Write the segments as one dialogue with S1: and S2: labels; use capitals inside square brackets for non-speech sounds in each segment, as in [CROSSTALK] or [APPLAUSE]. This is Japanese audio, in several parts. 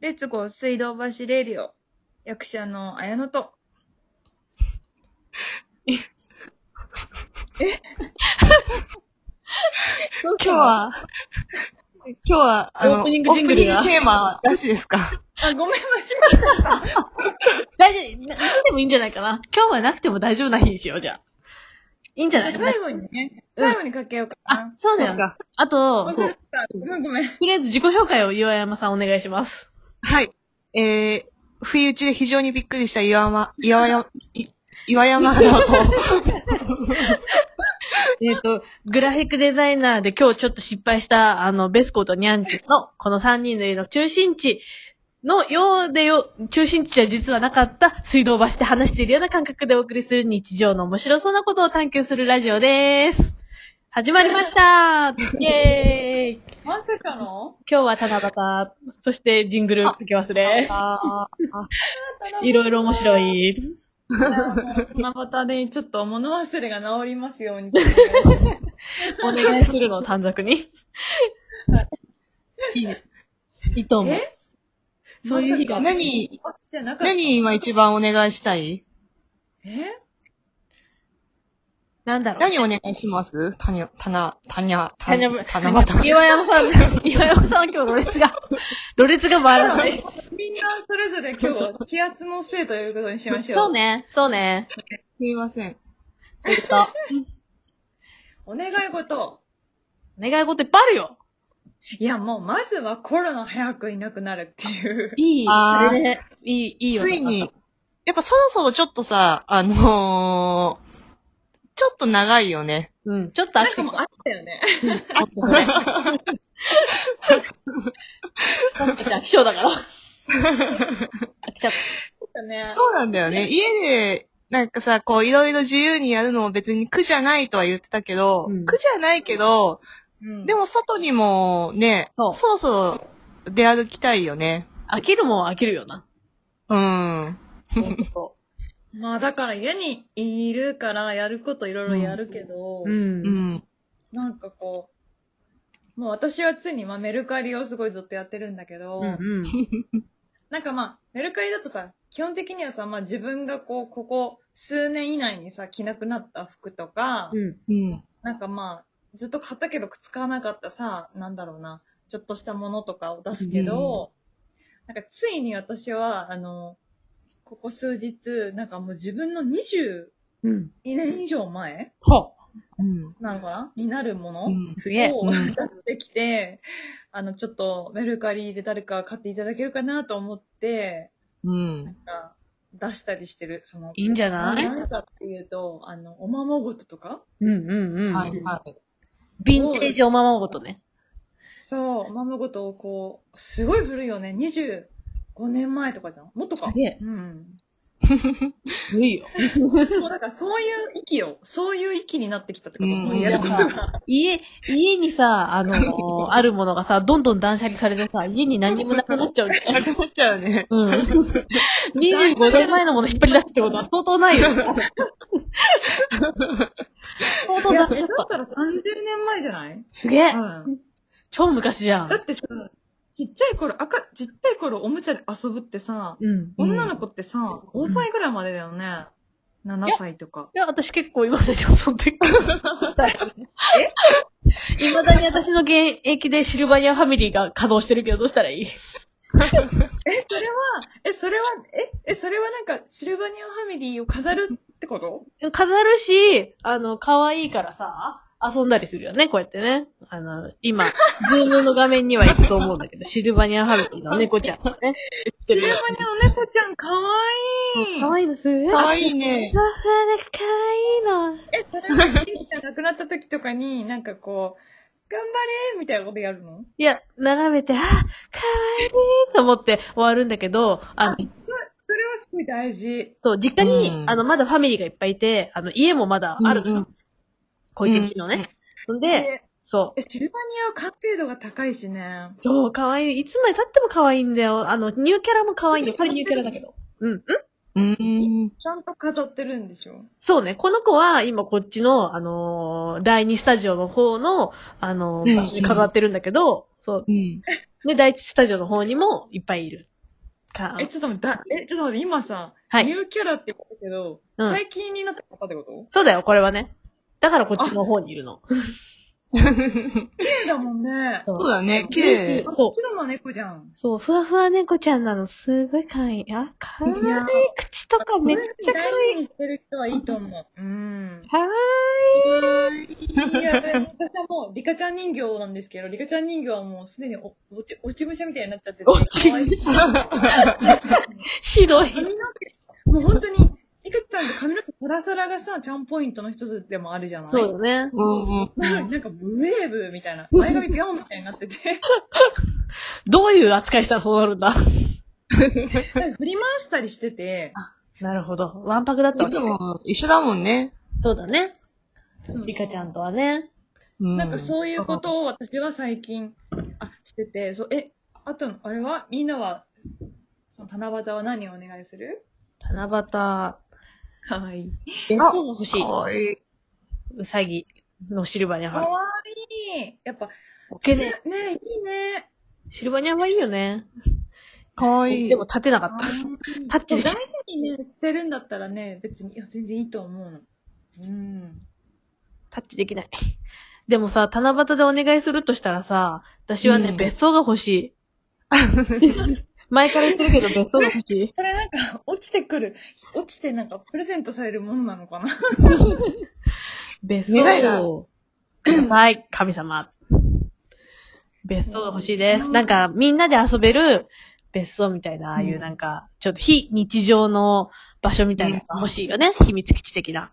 S1: レッツゴー水道橋レディオ。役者の綾乃
S2: [LAUGHS]
S1: と。え今
S2: 今日は、今日は、あの、
S1: オープ
S2: オープ
S1: ニン
S2: ニン
S1: グ
S2: グ
S1: ジングルが
S2: テーマなしですか
S1: あ、ごめんなさ
S2: 大丈夫、ななくてもいいんじゃないかな。今日はなくても大丈夫な日にしよう、じゃあ。いいんじゃない
S1: い。
S2: かな
S1: 最。後にね、
S2: うん
S1: 最後にかけようか
S2: あ
S1: な、。
S2: そうだよ。あと、
S1: わ
S2: そ
S1: かっ
S2: う
S1: た。ごめんごめん。
S2: とりあえず自己紹介を岩山さんお願いします。
S3: はい。えー、不意打ちで非常にびっくりした岩山、岩山、い岩山直
S2: [LAUGHS]
S3: 人。
S2: えっと、グラフィックデザイナーで今日ちょっと失敗した、あの、ベスコとニャンチュの、この3人の中心地のようでよ、中心地じゃ実はなかった水道橋で話しているような感覚でお送りする日常の面白そうなことを探求するラジオです。始まりましたイエーイ
S1: まさかの
S2: 今日は七夕、そしてジングルかけ忘れ。
S3: あ
S2: いろいろ面白い。
S1: ままたね、ちょっと物忘れが治りますように。
S2: お願いするの、短冊に。いいね。いいと思う。
S1: え
S2: そういう日が
S3: ー
S2: ある。
S3: 何、
S1: あじゃなかった。
S3: 何今一番お願いしたい
S1: え
S2: なんだろう。
S3: 何お願いしますたにゃ、たな、たにゃ、た
S2: タニ
S3: に
S2: ャ
S3: ゃ
S2: ブ、
S3: たなまた。
S2: 岩山さん、岩山さんは今日、ろれつが、ろれつが回らない。
S1: みんなそれぞれ今日、気圧のせいということにしましょう。
S2: そう。ね、そうね。
S3: すいません。
S2: そういうこと
S1: お願い事。
S2: お願い事いっぱいあるよ。
S1: いや、もう、まずはコロナ早くいなくなるっていう。
S2: いい。
S3: あー
S2: それで、いい、いいよ。
S3: ついに、やっぱそろそろちょっとさ、あのー、ちょっと長いよね。
S2: うん、ちょっと
S1: な
S2: 飽
S1: ん
S2: き
S1: か
S2: てき
S1: もう
S2: た。
S1: あったよね。
S2: あっ [LAUGHS] それ。飽き性だから。飽きちゃっ
S1: ね
S3: そうなんだよね。家で、なんかさ、こういろいろ自由にやるのも別に苦じゃないとは言ってたけど、
S2: うん
S3: 苦じゃないけど、
S1: うん
S3: で、も外にもね、
S2: そ
S3: そうろそろ出歩きたいよね。
S2: た。飽きるもんは飽きるよな。
S3: うん。
S2: ほんとそ
S1: まあだから家にいるからやることいろいろやるけど、
S2: う。うん
S3: う。ん。
S1: なんかこう、もう私は常にまあメルカリをすごいずっとやってるんだけど、
S2: うん
S1: なんかまあメルカリだとさ、基本的にはさ、まあ自分がこう、ここ数年以内にさ、着なくなった服とか、
S2: うん。
S3: うん。
S1: なんかまあ、ずっと買ったけど使わなかったさ、なんだろうな、ちょっとしたものとかを出すけど、なんかついに私は、あの、ここ数日、なんかもう自分の22
S2: うん。
S1: 年以上前
S2: ほ
S3: うん。
S1: なのかなになるもの、
S3: うん
S2: う。すげえ。
S1: を
S3: うん
S1: 出してきて、あの、ちょっとメルカリで誰か買っていただけるかなと思って、
S3: うん。
S1: あ出したりしてる、その、
S2: いいんじゃない
S1: 何かっていうと、あの、おままごととか
S2: うんうんうん。
S3: はいはい。
S2: ヴィンテージおままごとね。
S1: そう、おままごとをこう、すごい古いよね。25年前とかじゃん。もっとか。
S2: げえ。
S1: うん。
S2: 古いよ。
S1: もうだからそういう域よ。そういう域になってきたってこと。
S3: うん
S1: もうやることが。
S2: 家、家にさ、あ [LAUGHS] のーあるものがさ、どんどん断捨離されてさ、家に何もなくなっちゃうみたいな。
S3: なくなっちゃうね。
S2: うん。25年前のもの引っ張り出すってことは相当ないよ。相当
S1: いや
S2: な
S1: だ
S2: く
S1: っ
S2: しちゃった
S1: た。ら30年前じゃない
S2: すげえ。
S1: うん。
S2: 超昔じゃ
S1: だ
S2: ん。
S1: ってさ、ちっちゃい頃、赤、ちっちゃい頃おもちゃで遊ぶってさ、
S2: うん。
S3: うん
S1: 女の子ってさ、5歳ぐらいまでだよね。7歳とか。
S2: いや、私結構今だに遊んでるから。え未だに私の現役でシルバニアファミリーが稼働してるけど、どうしたらいい
S1: え、それは、え、え、それはなんか、シルバニアファミリーを飾るってこと
S2: 飾るし、あの、可愛いからさ、遊んだりするよね、こうやってね。あの、今、 [LAUGHS] ズームの画面にはいると思うんだけど、シルバニアファミリーの猫ちゃんがね、映って
S1: シル
S2: る
S1: バ
S2: よ
S1: ニ。アの猫ちゃん、かわいい。
S2: 可愛いのすごい。
S3: かわいいね。
S2: ふわふわで可愛いの。
S1: え、それは、ゆきちゃん亡くなった時とかに、なんかこう、頑張れみたいなことやるの
S2: いや、眺めて、あ、可愛いと思って終わるんだけど、あの、
S1: それはすごい大事。
S2: そう、実家に、
S3: うん
S2: あの、まだファミリーがいっぱいいて、あの、家もまだあるのよ。
S3: うんうん
S2: 小池地のね。ほんで、
S1: で
S2: そ
S1: え
S2: う。
S1: シルバニアは完成度が高いしね。
S2: そう、可愛い。いつまで経っても可愛いんだよ。あの、ニューキャラも可愛いん
S3: [LAUGHS]
S2: だよ。パリニューキャラだけど。うん。
S3: うん。
S1: ちゃんと飾ってるんでしょ
S2: そうね。この子は、今こっちの、あのー第2スタジオの方の、あのー
S3: うん
S2: 場所に飾ってるんだけど、そう。
S3: うん。
S2: で、第一スタジオの方にもいっぱいいる。か
S1: え、ちょっと待って、だえ、ちょっと待って、今さ、
S2: はい
S1: ニューキャラって言ったけど、
S2: うん
S1: 最近になった方ってこと
S2: そうだよ、これはね。だからこっちの方にいるの。
S1: 綺麗だもんね。
S2: そ
S3: そうだね、綺
S2: 麗
S1: あ
S3: 麗。
S2: そう
S1: こっちのも猫じゃん。
S2: そう、ふわふわ猫ちゃんなの、すごい可愛い。あ、可愛い
S1: いやー
S2: 口とかめっちゃ可愛い。
S1: い。にしてる人はいいと思う。うん。
S2: 可愛
S1: いや、私はもう、リカちゃん人形なんですけど、リカちゃん人形はもうすでにお落ち、落ち武者みたいになっちゃってて。
S2: い。おち
S1: 可愛い
S2: し白い。
S1: 髪の毛、もう本当に、リカちゃんって髪の毛サラサラがさ、ちゃんポイントの一つでもあるじゃない
S2: そうだね。
S3: うんうん。
S1: なのになんか、ブエーブみたいな、前髪ピョンみたいになってて、
S2: どういう扱いしたらそうなるんだ。
S1: なんか振り回したりしてて、
S2: なるほど。わんぱくだった
S3: い
S2: わ
S3: つ
S2: け。
S3: も一緒だもんね。
S2: そうだね。
S1: そう
S2: リカちゃんとはね。
S3: うん。
S1: なんかそういうことを私は最近、あ、してて、そう、え、あと、あれはみんなは、その七夕は何をお願いする
S2: 七夕、
S1: かわいい。
S2: 弁当が欲しい
S3: か。わいい。
S2: うさぎのシルバニア
S1: か
S2: ファン。
S1: わいい。やっぱ、
S2: オッケー
S1: ね
S2: ね。、
S1: ね、いいね。
S2: シルバニアファンいいよね。
S3: かわいい。
S2: でも、立てなかった。 [LAUGHS]
S1: タ
S2: タッチでき
S1: 大事にね、してるんだったらね、別に、いや、全然いいと思うの。うん。
S2: タッチできない。でもさ、七夕でお願いするとしたらさ、私はね、
S3: うん
S2: 別荘が欲しい。前から言ってるけど、別荘が欲しい。
S1: それなんか、 [LAUGHS] 落ちてくる、落ちてなんか、プレゼントされるものなのかな [LAUGHS]
S2: 別
S3: 願いが
S2: 荘をください、神様。別荘が欲しいです。なんか、みんなで遊べる別荘みたいな、ああいうなんか、ちょっと非日常の場所みたいなのが欲しいよね。秘密基地的な。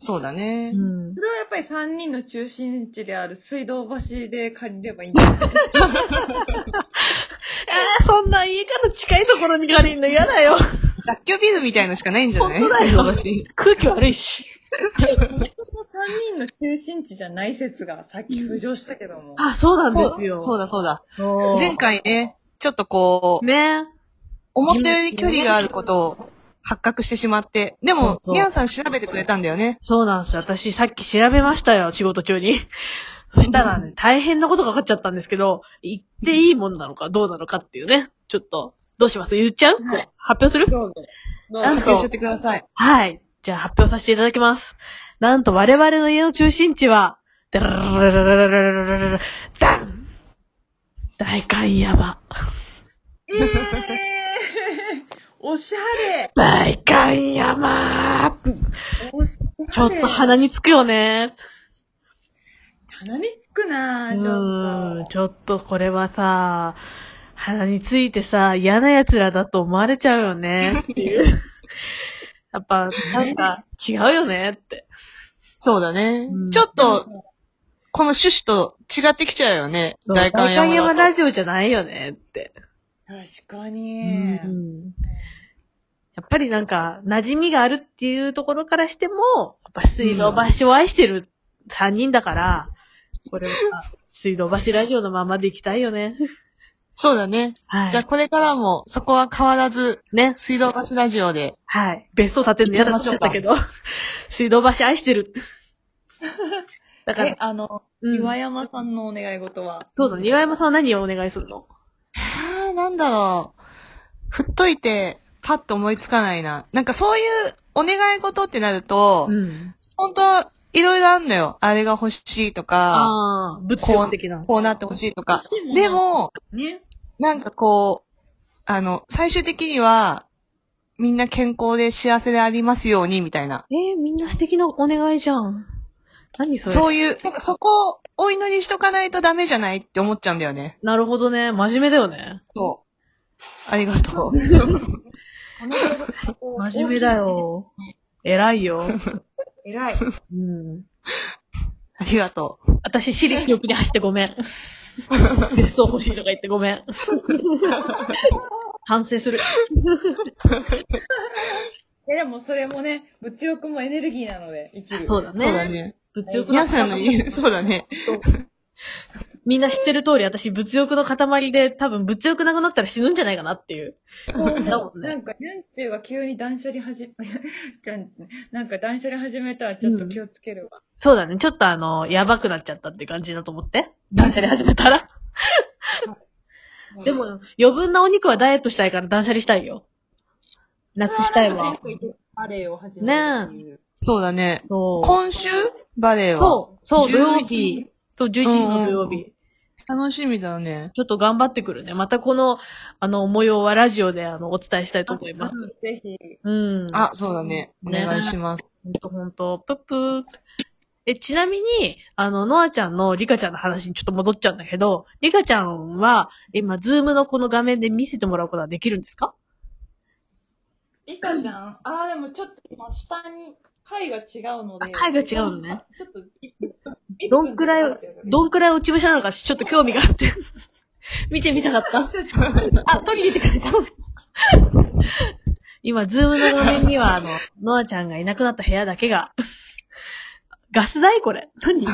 S3: そうだね
S2: う。ん
S1: そ。れはやっぱり3人の中心地である水道橋で借りればいいん
S2: [LAUGHS]
S1: じゃない
S2: えー、そんな家から近いところに借りんの嫌だよ。
S3: 雑居ビルみたいのしかないんじゃない
S2: 本当だよ
S3: 水道橋
S2: [LAUGHS] 空気悪いし。
S1: その3人の中心地じゃない説がさっき浮上したけども。
S2: あ、そうなん
S3: そ
S2: です
S3: う
S2: よ。
S3: そうだそうだ。
S2: そう
S3: 前回ね、ちょっとこう、
S2: ね
S3: 思ったより距離があることを発覚してしまって。でも、
S2: そうそう
S3: みやさん調べてくれたんだよね。
S2: そうなんですよ。私さっき調べましたよ、仕事中に。そしたらね、大変なことがかかっちゃったんですけど、言っていいもんなのかどうなのかっていうね。ちょっと、どうします言っちゃう、
S1: はい
S2: 発表する
S1: どうぞ。どう
S2: な
S1: ぞ
S2: ん
S3: 発
S2: と
S3: 表しちゃってください。
S2: はい。じゃあ発表させていただきます。なんと我々の家の中心地は、ダン大観山。
S1: えー、 [LAUGHS] おしゃれ
S2: 大観山
S1: おしゃれ
S2: ちょっと鼻につくよね。
S1: 鼻につくなぁ、ち
S2: う
S1: ょ
S2: ん、
S1: っと。
S2: ちょっとこれはさ、鼻についてさ、嫌な奴らだと思われちゃうよねっていう。やっぱ、なんか、違うよねって。
S3: そうだね
S2: うん
S3: ちょっと、この趣旨と違ってきちゃうよね。
S2: そう
S3: 大観
S2: 大
S3: 山
S2: 山
S3: だ
S2: ラ
S3: と。
S2: ジオじゃないよねって。
S1: 確か
S2: う
S1: に。
S2: ん、やっぱりなんか、馴染みがあるっていうところからしても、やっぱ水道橋を愛してる3人だから、これはさ水道橋ラジオのままでいきたいよね。
S3: そうだね。
S2: は
S3: じゃあ
S2: い。
S3: これからも、そこは変わらず、
S2: ね。
S3: 水道橋ラジオで。
S2: はい。別荘建てるの嫌だって言っちゃったけど。 [LAUGHS] 水道橋愛して [LAUGHS] る。だか
S1: え
S2: ら、、
S1: あの、
S2: うん
S1: 岩山さんのお願い事は
S2: そうだね。岩山さんは何をお願いするの
S3: あー、なんだろう。振っといて、パッと思いつかないな。なんかそういうお願い事ってなると、
S2: ん。
S3: 本当はいろいろあんのよ。あれが欲しいとか、
S2: ああ、物用的な。
S3: こうなってほしいとか。
S1: 欲しいもの
S3: でも、
S1: ね。
S3: なんかこう、あの、最終的には、みんな健康で幸せでありますように、みたいな。
S2: えー、みんな素敵なお願いじゃん。何それ
S3: そういう、なんかそこをお祈りしとかないとダメじゃないって思っちゃうんだよね。
S2: なるほどね。真面目だよね。
S3: そう。ありが [LAUGHS] とう。
S2: [LAUGHS] 真面目だ。よ。偉いよ。
S1: 偉い。
S2: [LAUGHS] うん。
S3: ありがと
S2: 私、私利私欲に走ってご [LAUGHS] めん。別荘欲しいとか言ってごめ [LAUGHS] ん。反省する。
S1: え、でもそれもね、物欲もエネルギーなので生きる。
S2: そうだ
S3: う。
S2: ね。
S3: そうだ。ね。
S2: 物欲の
S3: 皆さんの家、そうだね。
S2: みんな知ってる通り、私、物欲の塊で、多分物欲なくなったら死ぬんじゃないかなっていう。だもんね
S1: なんか、ニャンチューが急に断捨離はじ、 [LAUGHS] なんか断捨離始めたらちょっと気をつけるわ。
S2: そうだね。ちょっとあの、やばくなっちゃったって感じだと思って。断捨離始めたら。でも、余分なお肉はダイエットしたいから断捨離したいよ。なくしたいわ。
S1: バレエを始めるっていう。
S3: そうだね。
S2: そう。
S3: 今週バレエは。
S2: そう、そう、土曜
S3: 11日
S2: 日。そう、11日の土曜
S3: うん
S2: 日。
S3: 楽しみだね。
S2: ちょっと頑張ってくるね。またこの、あの、模様はラジオで、あの、お伝えしたいと思います。
S1: ぜひ。
S2: うん。
S3: あ、そうだね。お
S2: ね
S3: 願いします。
S2: ほんとほんと、ぷっぷーえ、ちなみに、あの、ノアちゃんのリカちゃんの話にちょっと戻っちゃうんだけど、リカちゃんは、今、ズームのこの画面で見せてもらうことはできるんですか
S1: いかちゃん、ああ、でもちょっと今、下に階が違うの
S2: あ
S1: で。
S2: 階が違うのね。
S1: ちょっと、
S2: どんくらい
S1: 1分で終わっちゃうから
S2: どんくらい落ち武者なのか、ちょっと興味があって。 [LAUGHS] 見てみたかった。あ、トイレ行ってくれた。今、ズームの画面には、あの、ノアちゃんがいなくなった部屋だけが、ガス台これ。 [LAUGHS] 何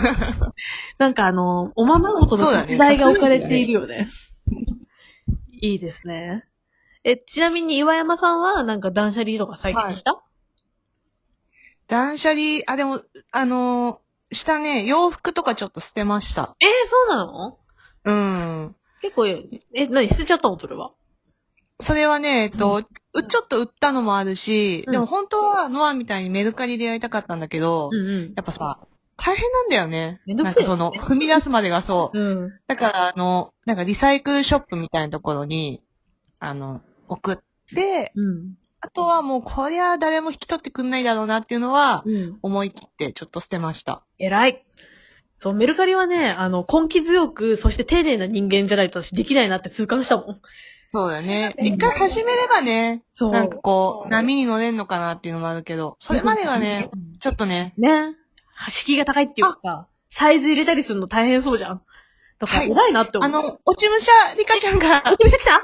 S2: なんかあの、おままごとのガス台が置かれているよね。いいですね。え、ちなみに岩山さんは、なんか断捨離とか最近した、
S3: 断捨離、あ、でも、あのー下ね、洋服とかちょっと捨てました。
S2: えー、そうなの
S3: うん。
S2: 結構、え、何捨てちゃったのそれは。
S3: それはね、えっと、うちょっと売ったのもあるし、
S2: うん
S3: でも本当はノアみたいにメルカリでやりたかったんだけど、
S2: んうん。
S3: やっぱさ、大変なんだよね。
S2: めんどくせえ
S3: なんかその、踏み出すまでがそう。
S2: うん。
S3: だから、あの、なんかリサイクルショップみたいなところに、あの、送って、
S2: うん。
S3: あとはもうこりゃ誰も引き取ってくんないだろうなっていうのは、
S2: うん。
S3: 思い切ってちょっと捨てました。
S2: 偉い。そう、メルカリはね、あの、根気強く、そして丁寧な人間じゃないと私できないなって痛感したもん。
S3: そうだね。
S1: うん
S3: 一回始めればね、
S2: そう。
S3: なんかこ、
S1: そうう
S3: 波に乗れんのかなっていうのもあるけど、 [LAUGHS] それまでがね、ちょっとね、
S2: ね。敷居が高いっていうか、サイズ入れたりするの大変そうじゃん。とか、
S3: はい
S2: 偉いなって思
S3: あ
S2: う。
S3: の、落ち武者リカちゃんが、
S2: 落ち武者来た